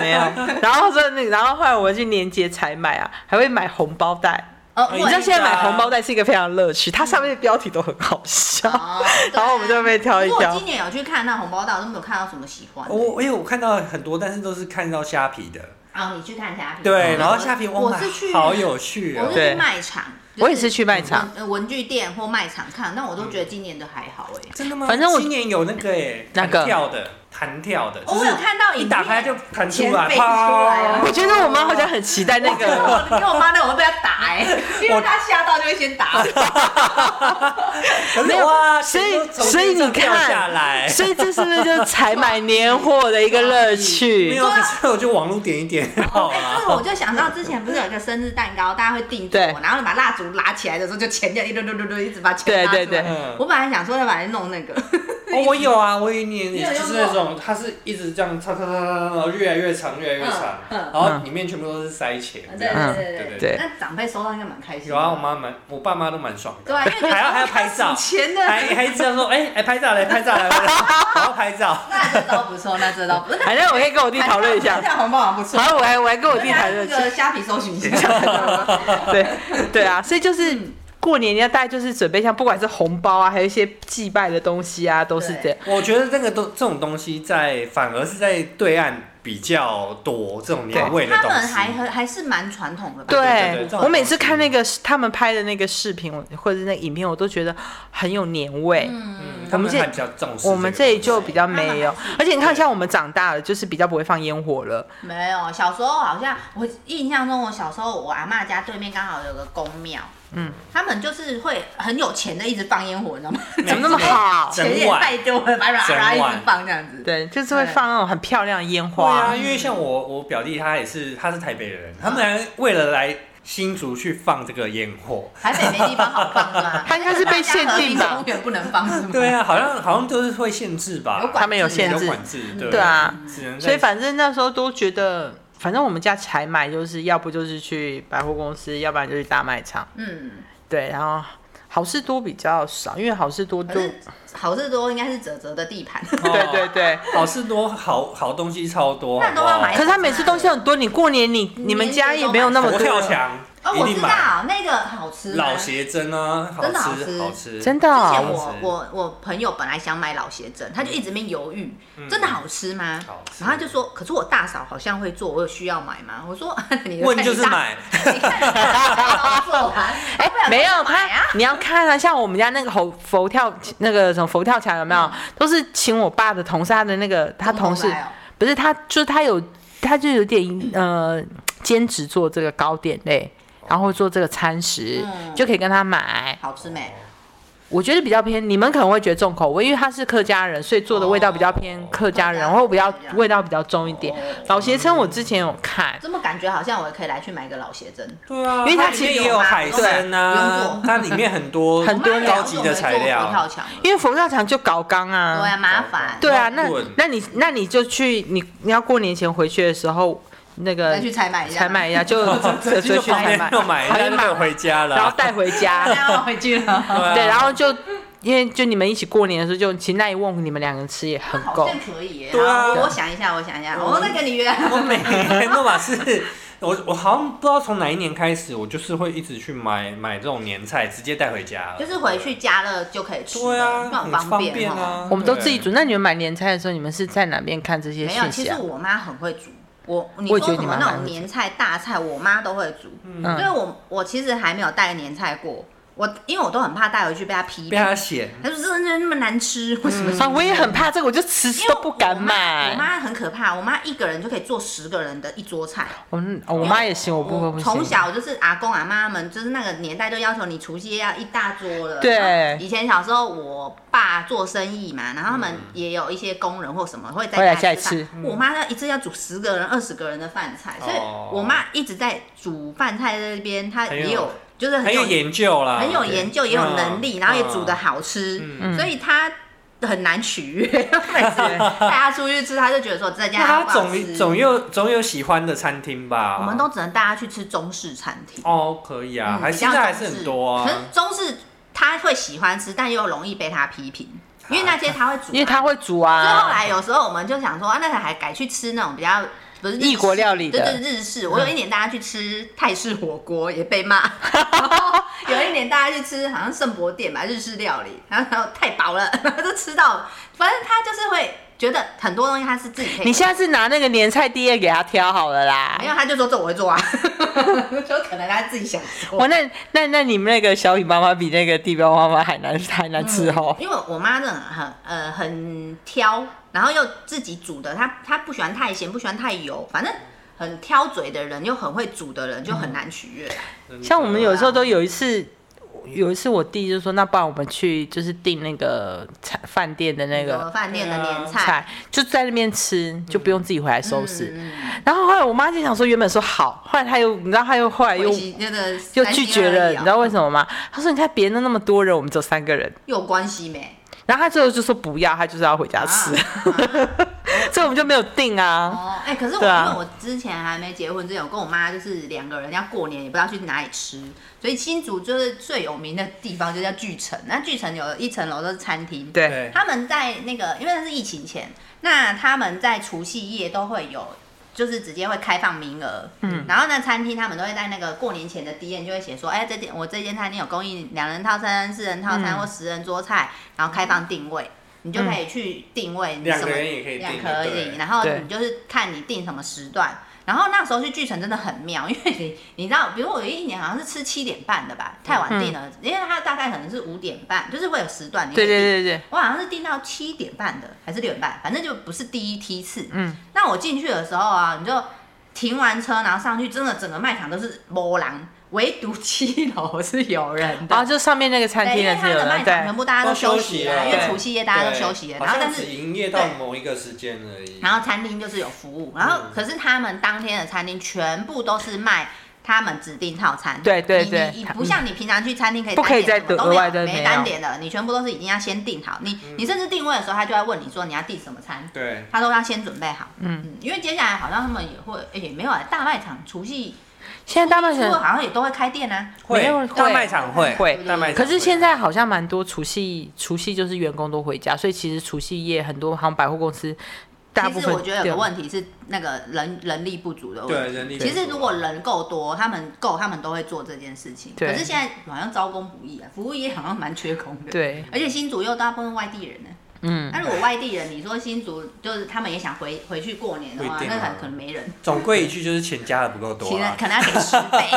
没有。然后说那，然后后来我去年节才买啊，还会买红包袋。
哦
你
你知道
这
现在买红包袋是一个非常乐趣，它上面的标题都很好笑，
哦对啊
*laughs* 然后我们就被挑一
不过我
挑哦
今。年有去看那红包袋，我都没有看到什么喜欢的。
我哎因为我看到很多，但是都是看到虾皮的，
然后你去看虾皮，
对，
嗯
然后
我
虾皮
我
哇
是去，
好有趣哦
我是，
啊对
去卖场，
我也是去卖场，
文文具店或卖场看，但我都觉得今年的还好哎。
嗯
真的吗？
反正我
今年有那个诶，
哪个
弹跳的，弹跳的，就
哦
是
我有看到影
一
片
打开就弹出
钱
来，
飞出来了
啪
我觉得我妈好像很期待那
*laughs*
个，
我跟我妈那我会被她打哎、
*laughs*
因为她吓到就会先打我。
可
没
是
有
哇，
所以
全都从
所以
天上
你
掉
看
下来，
所以这是不是就是采买年货的一个乐
没
趣？
啊
有，可是我就网络点一
*laughs*
点好
哎，
啊
这。个我就想到之前不是有一个生日蛋糕，大家会订做，
对
然后你把蜡烛拉起来的时候，就钱就一溜溜溜溜一直把钱
对
拉出来。
对嗯对
嗯
我本来想说要把它弄那个，
*laughs* 哦，我有啊，我有一年
你
也
有
就是
用过
那种，它是一直这样唱唱唱唱，然后越来越长，越来越长，
嗯嗯啊
然后里面全部都是塞钱。这样
嗯
对
对
那长辈收到应该蛮开心的。
有啊，我妈蛮，我爸妈都蛮爽的，
对啊，因为
还要还要拍照，
钱的 *laughs*
还还这样说，哎、哎，拍照来拍照来，我要拍照。
那这倒不错，那这倒不错。
反正哎我可以跟我弟讨论一下
*laughs* 这，样红包还不错
然。后我还我还跟我
我
弟讨论
那
一下，
个虾皮搜
*laughs*
寻一下。
对对啊，所以就是过年要大家就是准备像不管是红包啊，还有一些祭拜的东西啊，都是这样。
我觉得这个东这种东西在反而是在对岸比较多这种年味的
他
东
们
西。
还很还是蛮传统的吧？
啊对对
对
这种
我每次看
东
那
西
个他们拍的那个视频或者是那个影片，我都觉得很有年味。
嗯，他们还比较重视个。
我们这里就比较没有
他们还，
而且你看，像我们长大了，就是比较不会放烟火了。
没有，小时候好像我印象中，我小时候我阿嬷家对面刚好有个公庙，嗯，他们就是会很有钱的，一直放烟火，你知道
*laughs*
吗？
没
怎么那么好
整
钱也
晚
太多了，叭叭叭
整
一直
晚
放这样子。
对，就是会放那种很漂亮的烟
对
花
啊，。因为像我我表弟他也是，他是台北人，他们还为了来新竹去放这个烟火。
台北没地方好放是吧？
*laughs* 他应该是被限定吧
*laughs* 公园不能放是吗？
对啊，好像好像都是会限制
有
吧，
管
他们有
制
限
有
制
管制，对
对啊，
只能在
所以反正那时候都觉得，反正我们家采买就是要不就是去百货公司，要不然就去大卖场。
嗯，
对，然后好事多比较少，因为好事多
可
就是
好事多应该是泽泽的地盘，
哎 *laughs* 哦
对对对。
好事多好好东西超多，
那都要
好不好
买
可是他每次东西很多，你过年你你们家也没有那么
佛跳
多，啊
墙
哦，
一
我
定
知
买，
道那个好吃吗，
老鞋针啊，好
真的好
吃
吃
好吃，
真的
之
哦、
前我
好吃
我我朋友本来想买老鞋枕，他就一直没犹豫，真的好吃吗？
嗯好吃
然后他就说，可是我大嫂好像会做，我有需要买吗？我说 *laughs* 你
问就是买，
你看你
*laughs*
大嫂
*laughs*
做完，哎
没有
买
他
啊，，
你要看啊，像我们家那个猴佛跳那个什么佛跳墙有没有，都是请我爸的同事，他的那个他同事
来嗯哦
不是他，就是他有他就有点呃兼职做这个糕点类，然后做这个餐食，
嗯
就可以跟他买。
好吃没？
我觉得比较偏，你们可能会觉得重口味，因为他是客家人，所以做的味道比较偏客家人，
哦客家
然后比较
人
味道比较重一点
哦。
老鞋称我之前有看，
这么感觉好像我也可以来去买一个老鞋枕。
对啊，
因为它
里
其
面
实
也有
有麻
海参
对不
啊
用做，
它里面很多
很多
高级的材
佛跳
料，
墙了，
因为佛跳墙就搞刚啊，
对啊，麻烦，
对啊，那
乱炖
那你那你就去你你要过年前回去的时候，那个
再去采买一下，
采买一下，就
*laughs*
就
就
就去
旁
采
边
买，
又买，
好
那
像
就没有回家
然后
了。
带回家，
那我哎回去了。
啊
对，然后就因为就你们一起过年的时候，就其实那一瓮你们两个人吃也很
好
够
像，可以耶，
对啊
好我想一下，我想一下，我再跟你约。 *laughs*
*laughs* 我每年都嘛是，我我好像不知道从哪一年开始，我就是会一直去买买这种年菜，直接带回家了。
就是回去加热就可以吃了，
对啊，
就很
很
方哦
便
哈。
啊，
我们都
对
自己。煮。那你们买年菜的时候，你们是在哪边看这些
没有，
讯
其
息
实
啊？
我妈很会煮。我你
我
说
也觉得
什
你
么
妈
那
蛮会
种
煮
年菜大菜，我妈都会煮。
嗯
因为我我其实还没有带年菜过，我因为我都很怕带回去被他批
被
评，
他写，
他说真的那么难吃，为什么？
啊，我也很怕这个，我就迟迟
因为
都不敢买。
我妈我妈很可怕，我妈一个人就可以做十个人的一桌菜。
我们哦我妈也行，我不会不
我
行。
从小就是阿公阿妈们，就是那个年代都要求你除夕夜要一大桌了。
对
然后以前小时候我爸做生意嘛，然后他们也有一些工人或什么会
会
在
来
家里
家
吃
里
饭。我妈要一次要煮十个人、二十个人的饭菜，所以
哦
我妈一直在煮饭菜这边，她
很有
也有就是
很有研究啦，
很有研究，也有能力，
嗯
然后也煮的
嗯
好吃，
嗯
所以她很难取悦。
*laughs*
每次带她出去吃，她就觉得说这家
那他
不好吃
总总有总有喜欢的餐厅吧？
我们都只能带她去吃中式餐厅。
哦，可以啊，
嗯
还
比
现
较嗯
在还
中
是很
式
多
可是
啊。
中式他会喜欢吃，但又容易被他批评，
啊
因为那些他会煮、啊
因为她。会煮
所以后
啊，
来有时候我们就想说，啊、那还改去吃那种比较不是日式
异国料理的
对对日式。我有一年大家去吃泰式火锅也被骂， *laughs* 然后有一年大家去吃好像圣博店吧日式料理，然后然后太饱了， *laughs* 然后就吃到，反正他就是会觉得很多东西他是自己可以。
你下次拿那个年菜第二给她挑好了啦
没。有，他就说这我会做啊， *laughs* 就可能他自己想做。
哇，哦那那那你们那个小米妈妈比那个地标妈妈还难还 *laughs* 难吃
*laughs*
哦。
因为我妈真的很呃很挑，然后又自己煮的，她她不喜欢太咸，不喜欢太油，反正很挑嘴的人，又很会煮的人，就很难取悦。
真的
像我们有时候都有一次，有一次我弟就说，那不然我们去就是订那个餐饭店的那
有
个
饭店的年菜，
嗯菜，就在那边吃，就不用自己回来收拾。
嗯，
然后后来我妈就想说，原本说好，后来她又你知道她又后来又
又那个
又拒绝了，你知道为
么？
什么吗？她说你看别人都那么多人，我们只有三个人。
有关系没？啊
然后她最后就说不要，她就是要回家吃， *laughs* 所以我们就没有订啊。
哦，
*laughs*
哎、可是我、
对啊
因为我之前还没结婚之前，我跟我妈就是两个人要过年，也不知道去哪里吃，所以新竹就是最有名的地方就叫巨城，那巨城有一层楼都是餐厅，
对，
对
他们在那个，因为那是疫情前，那他们在除夕夜都会有，就是直接会开放名额。嗯，然后呢，餐厅他们都会在那个过年前的 D N 就会写说，哎、这间我这间餐厅有供应两人套餐、四人套餐、
嗯
或十人桌菜，然后开放定位，你就可以去定位你
嗯两
什
个
么。
人也可以
两
订，
可
对
以，然后
对
你就是看你定什么时段。然后那时候去巨城真的很妙， *laughs* 因为你你知道，比如我有一年好像是吃七点半的吧，太
嗯
晚定了，因为它大概可能是五点半，就是会有时段你可以定
对对对对，
我好像是订到七点半的，还是六点半，反正就不是第一梯次。
嗯，
那我进去的时候啊，你就停完车，然后上去，真的整个卖场都是波浪，唯独七楼是有人的。
然后就上面那个哦餐
对，因
厅
为
的
它
是有
的卖场
人对
全。部大家都休息了，
都休息
因
了
为除夕夜大家都休息了，
好
然后
像
但
只
是。
营业到某一个时间而已。
然后餐厅就是有服务，然后
嗯
可是他们当天的餐厅全部都是卖他们指定套餐，
对对
你
对
你你
他
不像你平常去餐厅可以
不可以
单点
再
什么
额外
都
再
没有
没
没
有嗯
单点的，你全部都是已经要先定好，你你甚至定位的时候，他就会问你说你要订什么餐，
对，
他都要先准备好，
嗯
嗯，因为接下来好像他们也会诶也没有啊大卖场除夕
现在大卖
初二
场
好像也都会开店啊，
会
没有
大
会
卖场会
会
大卖场会。
可是现在好像蛮多除夕，除夕就是员工都回家，所以其实除夕夜很多好像百货公司大部
其实
分
我觉得有个
对
问题是那个人人力不足的问
对
题。
人力不
其
足
实如果人够多，他们够，他们都会做这件事情。
对
可是现在好像招工不易啊，服务业好像蛮缺工的。。
对，
而且新竹又大部分外地人呢、
嗯，
那如果外地人，你说新竹就是他们也想回回去过年的话，
不一定
那
啊
很可能没人，
总归一句就是钱加的不够多
其实
啊。
可能要给十倍，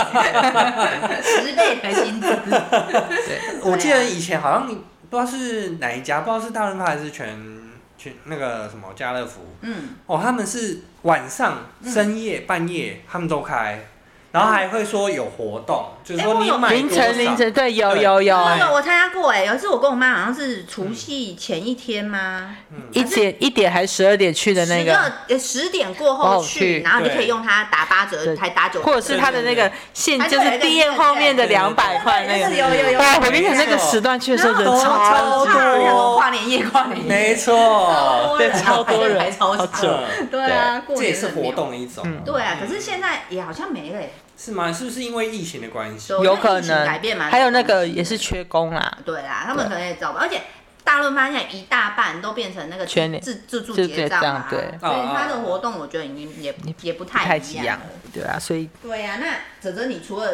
十倍的薪资。
我记
啊
得以前好像不知道是哪一家，不知道是大润发还是全全那个什么家乐福
嗯，
哦，他们是晚上深夜半夜他们都开，然后还会说有活动，就是
哎
说
我
你
有
买
凌
多少
晨凌晨对有有有，
那
对
哦个我参加过哎、有一次我跟我妈好像是除夕前一天吗？
一点一点还十二点去的那
十
个，
二十点过
哦
后去，
去
然后你
对
可以用它打八折，
对
还打九折，
或者是他的那个现就是毕业后面的两百块那
对对对对对对对
个。哇，哎我跟你讲那个时段 *laughs* 去的时候人
然后
超
超
多，
多
多，跨年夜，跨年夜，
没错，
*laughs*
嗯
对超多人
还超
好
长，
扯
对啊，过
这也
年
是
很
活
妙，
动的一种啊。
嗯
对啊，可是现在也好像没了欸，
是吗？是不是因为疫情的关系？
对
有可
疫情改变
能
蛮多
还有那个也是缺工啦，
对啦，他们可能也找不到，而且。大润发现在一大半都变成那个自
全年
自自助
自
结
结
账
账
啊，所
对
以它的活动我觉得已经也也不
不
太
太
一
一
样
样
了。，
对啊，所以
对呀、那哲哲，你除了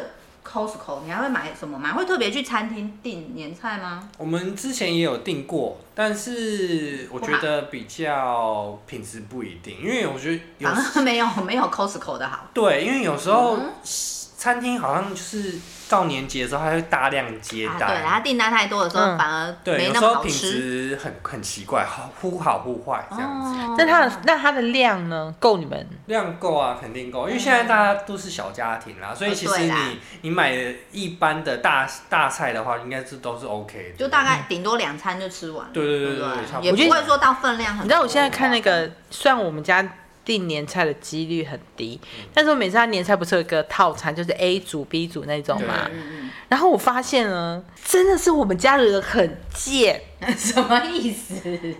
Costco，你还会买什么吗？会特别去餐厅订年菜吗？
我们之前也有订过，但是我觉得比较品质不一定，因为我觉得有
啊 *laughs* 反而没有没有 Costco 的好。嗯
对，因为有时候餐厅好像就是到年节的时候，它会大量接
啊，
待，
对，他订单太多的时候
嗯
反而
对，
没
有
那
时
么
候
好
品
吃。
质很很奇怪，好忽好忽坏这样子。
哦
那它的那它的量呢，够你们
量够啊，肯定够，因为现在大家都是小家庭啦，所以其
嗯哦
实
对
你、
啦
你买一般的大大菜的话，应该是都是 OK 的。
就大概顶多两餐就吃完了，
嗯对对对
对啊
对对差不多
也
我觉
不
得
会说到分量很多。
你知道我现在看那个，虽然我们家订年菜的几率很低，但是我每次他年菜不是有一个套餐，就是 A 组、B 组那种嘛
对。
嗯
然后我发现呢，真的是我们家的人很贱。
嗯， *laughs* 什么意思？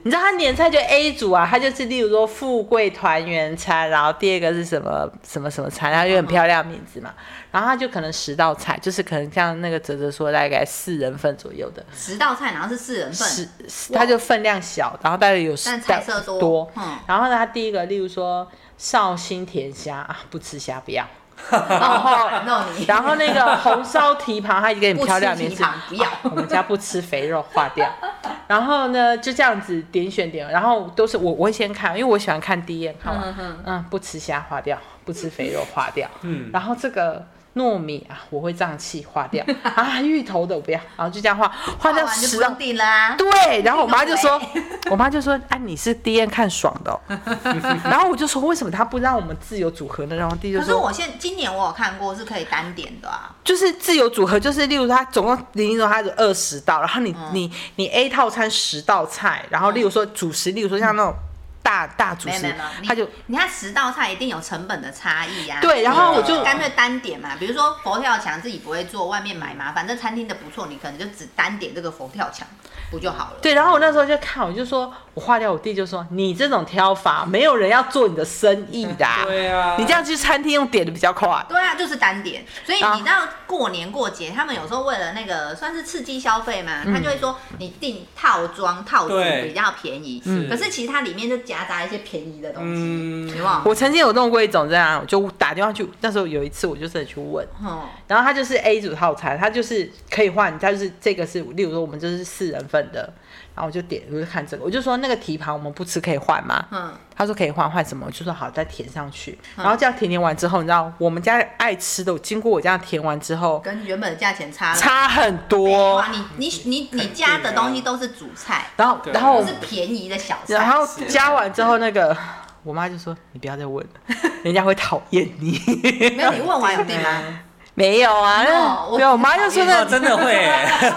你知道他年菜就 A 组啊，他就是例如说富贵团圆餐，然后第二个是什么什么什么餐，它就很漂亮的名字嘛。然后他就可能十道菜，就是可能像那个哲哲说，大概四人份左右的，
十道菜，然后是四人份，
十它就分量小，然后大概有十
但菜色多
多
嗯
然后呢，它第一个，例如说绍兴甜虾啊，不吃虾不要。然后，
哦弄你
*laughs* 然后那个红烧蹄膀，它一个很
不
漂
吃
亮的名
蹄
字，
膀不
*laughs*
要。
我们家不吃肥肉，划掉。然后呢，就这样子点选点，然后都是我我会先看，因为我喜欢看第一眼看完，嗯不吃虾划掉，不吃肥肉划掉，
嗯
然后这个糯米啊，我会胀气划掉 *laughs* 啊，芋头的我不要，然后就这样划划
画
掉
完就
十
不
道
用订啦。
对，然后我妈就说，我妈就说，哎、你是第一眼看爽
*laughs*
的哦、然后我就说，为什么她不让我们自由组合呢？然后弟就
可是
说，
我现今年我有看过是可以单点的啊，
就是自由组合，就是例如她总共零零总它有二十道，然后你、
嗯
你你 A 套餐十道菜，然后例如说主食，例如说像那种大大主
没有没
食
有没有，，
她就
你你看十道菜一定有成本的差异啊。
对，然后我就
嗯
干脆单点嘛，比如说佛跳墙自己不会做，外面买嘛，反正餐厅的不错，你可能就只单点这个佛跳墙不就好了？
对，然后我那时候就看，我就说我划掉，我弟就说你这种挑法，没有人要做你的生意的啊、
对啊，
你这样去餐厅用点的比较快。
对啊，就是单点。所以
啊
你知道过年过节，他们有时候为了那个算是刺激消费嘛，
嗯
他就会说你订套装套组
对
比较便宜，
是
可是其实它里面就夹杂一些便宜的东西，
嗯
有没有？
我曾经有弄过一种这样，我就打电话去，那时候有一次我就真的去问，
嗯
然后他就是 A 组套餐，他就是可以换，他就是这个是，例如说我们就是四人份的，然后我就点，我就看这个，我就说那个蹄膀我们不吃可以换吗？
嗯，
他说可以换，换什么？我就说好，再填上去。然后这样填填完之后，你知道我们家爱吃的，我经过我这样填完之后，
跟原本的价钱差了。
差很多
哇，。你你你你加的东西都是主菜，
然后，
对
然后
是便宜的小菜。
然后
是
加完之后，那个我妈就说：“你不要再问了，人家会讨厌你。
没有你问完有订吗？”
没有啊，
No，我
没有，我妈就说那
哦真的会
*laughs*
欸，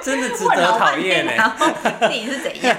真的值
问
得
老
讨
半
厌
天，
欸
哎、
然后自己是怎
*laughs*
样？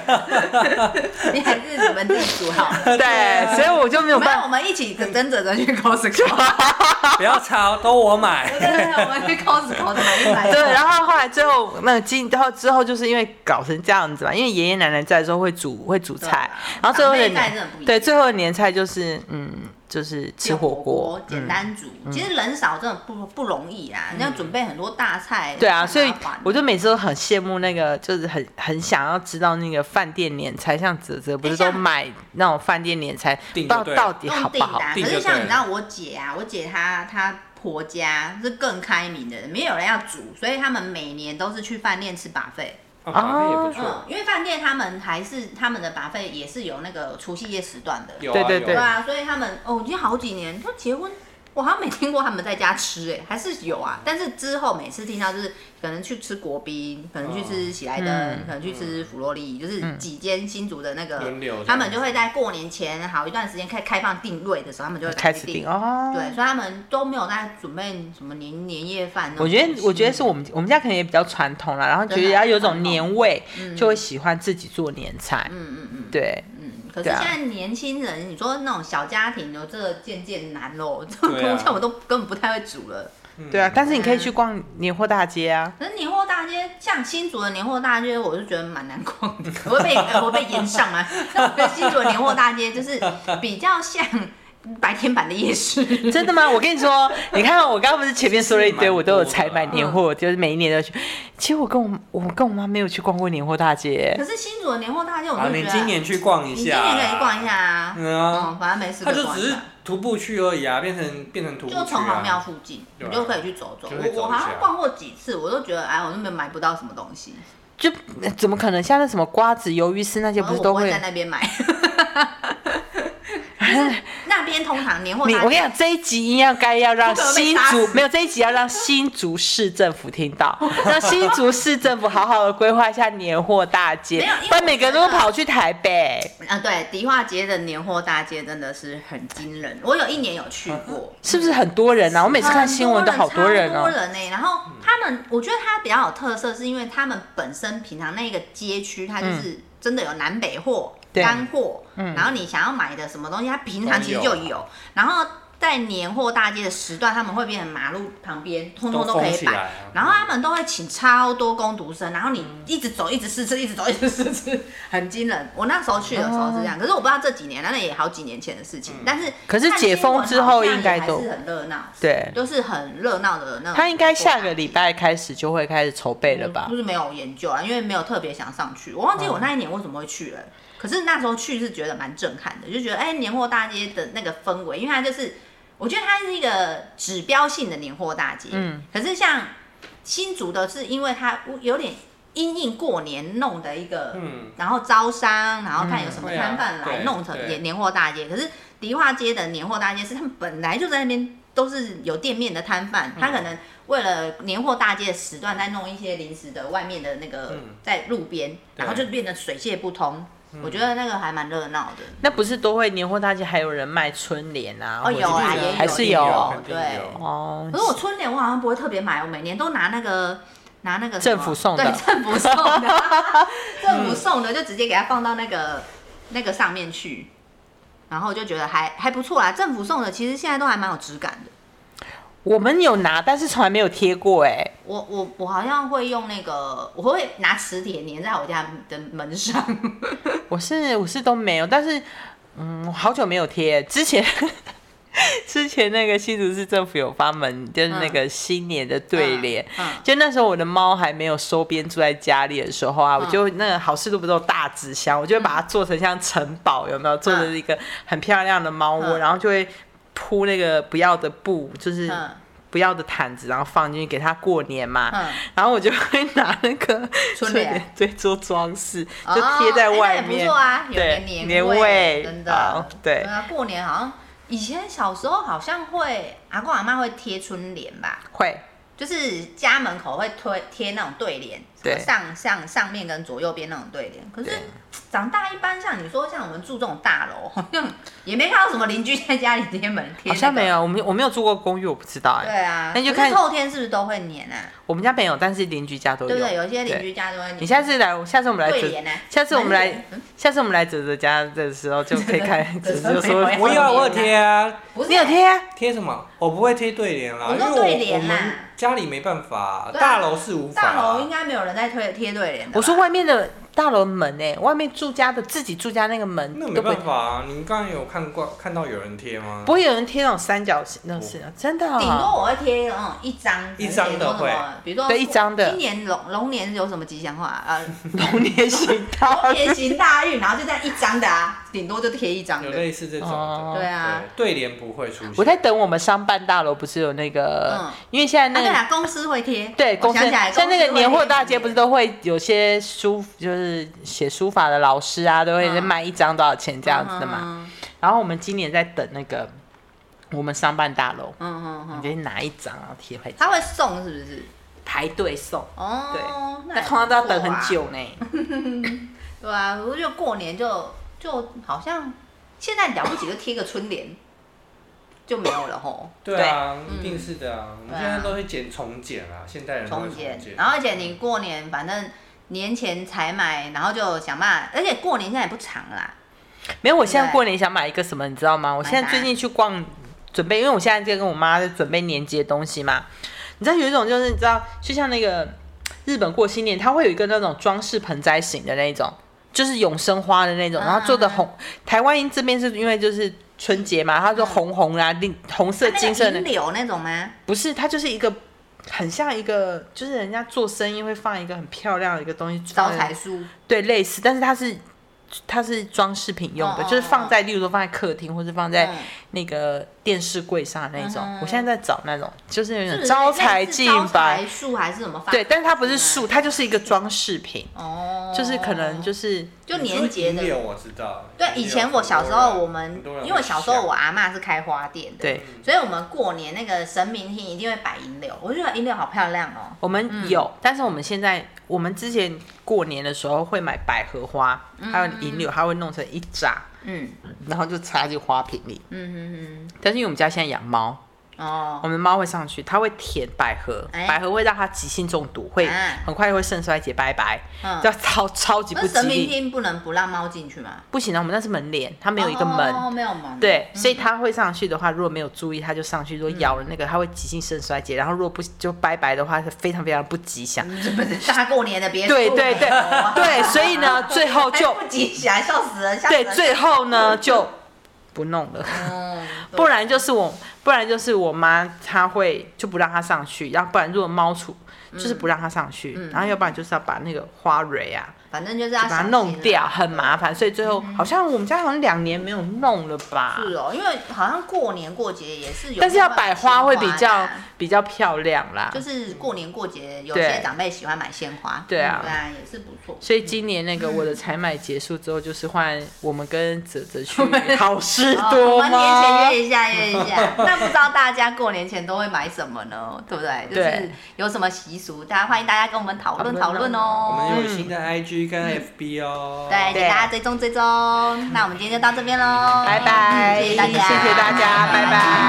你还是你们自己煮好了。
对，所以我就没有
*laughs* 没有，我
办法。
们一起跟着人去 Costco。
*laughs*
不要吵，都我买。
对对对，我们去 Costco 买一买。
对，然后后来最后那个今后之后就是因为搞成这样子嘛，因为爷爷奶奶在的时候会煮会煮菜
对啊，
然后最后的
长辈在真的
年
不一样
对最后的年菜就是嗯就是吃
就
火
锅
锅，，嗯
简单煮，其实人少真的不不容易啊，你要准备很多大菜，
对啊，
很麻
所以
烦
我就每次都很羡慕那个，就是很很想要知道那个饭店年菜，像泽泽不是都
像
买那种饭店年菜，不
订
知
就
道
对
到底好
用
不
订
好
的、。啊。可
定就是
像你
对
知道我姐啊，我姐她她婆家是更开明的，没有人要煮，所以他们每年都是去饭店吃把费。
哦好像也不错，
嗯，因为饭店他们还是他们的把费也是有那个除夕夜时段的，
有啊
对对
有
对
对
啊
啊，所以他们哦，已经好几年，他结婚，我好像没听过他们在家吃、哎，还是有啊。但是之后每次听到就是可能去吃国宾，可能去吃喜来登，
嗯
可能去吃弗洛利，就是几间新竹的那个，
轮流这样
他们就会在过年前好一段时间开开放定位的时候，他们就会
开
始
始订。哦，
对，所以他们都没有在准备什么年年夜饭那种东
我
西。嗯
觉得，我觉得是我们我们家可能也比较传统啦，然后觉
真
得
的
要有
传
种
统
年味，就会喜欢自己做年菜。嗯嗯嗯，对，
可是
对
现
啊
在年轻人，你说那种小家庭，有这个渐渐难
*laughs*
喽。这种
对啊
东西我都根本不太会煮了。
对啊。但是你可以去逛年货大街啊，
可是年货大街，像新竹的年货大街，我是觉得蛮难逛的， *laughs* 我会被呃我会被延上吗？但我觉得新竹的年货大街就是比较像白天版的夜市， *laughs*
真的吗？我跟你说，你看我刚刚不是前面说了一
其
堆，
实蛮
我都有
多的
采买年货，就是每一年都去。其实我跟我我跟我妈没有去逛过年货大街欸
可。是新竹的年货大街，我
啊，
就觉
你
得
今年去逛一
你今
下，啊
年可以逛一下啊，
嗯啊
嗯，反正没事
它
可以
就
逛
只
一
是
下。
徒步区而已啊，变成变成徒步区、
就
啊。
城隍庙附近，
对
你
啊
就可以去走走。
就可以
我
走
我
一
好
下
像逛过几次，我都觉得哎，我都没有买不到什么东西。
就
哦
怎么可能像那什么瓜子、鱿鱼丝那些，
然
*laughs* 不
后
是
我
都
不会
会
在？那边买。就是那边通常年货
你
大
我跟你
街，
讲，这一集应该该要让
不可能被
新
杀
竹
死
没有这一集要让新竹市政府听
*laughs*
到，让新竹市政府好好的规划一下年货大街
没有因为，
不然每个人
我
都
觉得
跑去台北。
啊，对，迪化街的年货大街真的是很惊人，我有一年有
嗯
去过。
是不是很多人啊？我每次看新闻都好
多
人
超
哦、
多人呢、然后他们，我觉得它比较有特色，是因为他们本身平常那个街区，它就是真的有南北货、
对
干货，然后你想要买的什么东西，它平常其实就
都
有。然后在年货大街的时段，他们会变成马路旁边，通通
都
都可
封
以
起来
摆
啊。
然后他们都会请超多工读生，然后你一直走，一直试吃，一直走，一直试吃，很惊人。我那时候去的时候是这样，可是我不知道这几年，那也好几年前的事情。但是
可是
看
解
新闻
封之
好
后
像
应
也
该
还
都
是很热闹。
对，
都是很热闹的那种。
他应该下个礼拜开始就会开始筹备了吧嗯
不？是没有研究啊，因为没有特别想上去。我忘记我那一年为什么会去了，可是那时候去是觉得蛮震撼的，就觉得哎、年货大街的那个氛围，因为它就是我觉得它是一个指标性的年货大街。
嗯，
可是像新竹的是因为它有点。因应过年弄的一个，
嗯
然后招商，然后看有什么
对啊
摊贩来
对
弄成
对
年年货大街。可是迪化街的年货大街是他们本来就在那边都是有店面的摊贩，
嗯
他可能为了年货大街的时段再弄一些临时的外面的那个
嗯
在路边，然后就变得水泄不通。我觉得那个还蛮热闹的。
那不是都会年货大街还有人卖春联啊？
哦，
或者
有啊，
是
也有，
还是
也有
肯定啊
对。
有
哦
可，是我春联我好像不会特别买，我每年都拿那个拿那个什么
政府送的
对，政府送的，
*laughs*
政府送的就直接给它放到那个那个上面去，然后就觉得还还不错啦。政府送的其实现在都还蛮有质感的。
我们有拿，但是从来没有贴过哎、
我我我好像会用那个，我会拿磁铁粘在我家的门
*laughs*
上。
我是我是都没有，但是嗯，我好久没有贴。之前之前那个新竹市政府有发门，就是那个新年的对联。
嗯嗯
就那时候我的猫还没有收编住在家里的时候
嗯
啊，我就那个好事多不是有大纸箱，我就会把它做成像城堡，有没有？做成一个很漂亮的猫窝，
嗯
然后就会铺那个不要的布，就是。
嗯
不要的毯子，然后放进去给它过年嘛。
嗯
然后我就会拿那个
春联
对做装饰，
哦
就贴在外
哎那也
面。
不错啊，有
对
点
年
年
味
真的。
好对
啊，过年好像以前小时候好像会阿公阿妈会贴春联吧。
会
就是家门口会推贴那种对联，什
对
么上上上面跟左右边那种对联。可是
对
长大一般像你说，像我们住这种大楼， *laughs* 好像也没看到什么邻居在家里贴门贴、
好像没。有，我们我没有住过公寓，我不知道哎、
对啊，
那就
可是
看
透天是不是都会粘啊？
我们家没有，但是邻居家都有。
对不对？有一些邻
对
居家都会粘。
你下次来，下次我们来
对
哲
联呢，啊
下次我们
门
来
帘，
下次我们来哲哲家的时候就可以看，哲哲就说
嗯 *laughs* 对
我有啊我有贴啊，
不是
你有贴啊、
贴什么？我不会贴对联啦，
我
因为
说
我
对
我
联啦啊
们家里没办法，
对啊
大楼是无法。
大楼应该没有人在推贴对联的吧。
我说外面的大楼门哎、外面住家的自己住家那个门
那没
都不
办法啊！你刚刚有看过看到有人贴吗？
不会有人贴那种三角形，那种是啊真的、
顶多
*laughs* 啊。
我会贴那种一张
一张的会，
比如说
对一张的
今年龙龙年有什么吉祥话？呃，
童年型大 *laughs*
龙年行大运，然后就这样一张的啊，顶多就贴一张
有
的。
类似这种
哦
的，
对啊，
对联不会出现。
我在等我们商办大楼不是有那个，
嗯
因为现在
啊
那
对
个、
啊，公司会贴，
对，
我
公司
想起来，
像那
公司
个
会
年货
贴
大街，不是都会有些书，就是写书法的老师啊，都会
嗯
卖一张多少钱这样子的嘛。
嗯
然后我们今年在等那个我们商办大楼，
嗯嗯
我
嗯
们
嗯，
就拿一张然后贴回家，
他会送是不是？
排队送。
哦，那
那
也
通常都要
不错
等
啊
很。久呢。
对啊，我觉得过年就就好像现在了不起就贴个春联就没有了
*coughs*
吼。
对啊，
对
一定是的啊。我们
对啊
现在都会剪重剪啊，现代人都会
重
重
建
剪。，
然后而且你过年反正年前才买，然后就想办法，而且过年现在也不长啦，
没有，我现在
对
过年想买一个什么，你知道吗？我现在最近去逛，准备，因为我现在在跟我妈在准备年节的东西嘛。你知道有一种就是你知道，就像那个日本过新年，它会有一个那种装饰盆栽型的那种，就是永生花的那种，
嗯
然后做的红。台湾这边是因为就是春节嘛，它就红红啊，绿红色、
嗯它那个
金色的
银，柳那种吗？
不是，它就是一个。很像一个，就是人家做生意会放一个很漂亮的一个东西，
招财树，
对，类似，但是它是它是装饰品用的，
哦哦
就是放在，例如说放在客厅或者放在
嗯
那个电视柜上的那种。
嗯哼
我现在在找那种，就是有
是不是
点嗯招财
类似
进
招
宝
财，嗯树还是什么法？
对，但是它不是树，它就是一个装饰品，
哦，
就是可能就是
就年节的
银柳我知道。
对，以前我小时候，我们
很多人会嗯
因为小时候我阿妈是开花店的，
对。
所以我们过年那个神明厅一定会摆银柳，我就觉得银柳好漂亮哦。
我们有，但是我们现在，我们之前过年的时候会买百合花，还有银柳，它会弄成一扎，
嗯
然后就插进花瓶里。
嗯嗯
但是因为我们家现在养猫，
嗯，哦
我，们猫会上去，它会舔百合，
哎
百合会让它急性中毒，会
啊
很快会肾衰竭，拜拜，
嗯
这、超超级不
那
吉
神明
利。
厅不能不让猫进去吗？
不行啊，我们那是门帘，它没有一个门。
哦，没有门，
对，
嗯
所以它会上去的话，如果没有注意，它就上去。如果咬了那个，它会急性肾衰竭。然后如果不就拜拜的话，是非常非常不吉祥。
嗯 *laughs* 大过年的别
对对对对，所以呢，最后
*laughs*
就
啊不吉祥，笑死人，吓死
对，
人
最
*laughs*
后呢就不弄了。
嗯，对
不然就是我，不然就是我妈，她会就不让它上去，要不然如果猫出，就是
嗯
不让它上去，然后要不然就是要把那个花蕊啊，
反正就是
就
要
把它
小
弄
心嗯啦
掉，很麻烦，所以最后好像我们家好像两年没有弄了吧，
是哦，因为好像过年过节也是有，
但是要摆花会比较
的啊
比较漂亮啦，
就是过年过节有
对
些长辈喜欢买鲜花，
对啊
对啊，也是不错。
所以今年那个我的采买结束之后，就是换我们跟泽
*laughs*
泽去好事
哦我
多
们年
吗
前？约一下，约一
*laughs*
下。那不知道大家过年前都会买什么呢？对不对？就是
对
有什么习俗，大家欢迎大家跟我们讨论
讨
讨
论
论
我
哦。
们有新的 IG 跟 FB 哦。
嗯对，
对
请大家追踪追踪。那我们今天就到这边喽，
拜拜
嗯谢谢大家，
谢谢大家拜拜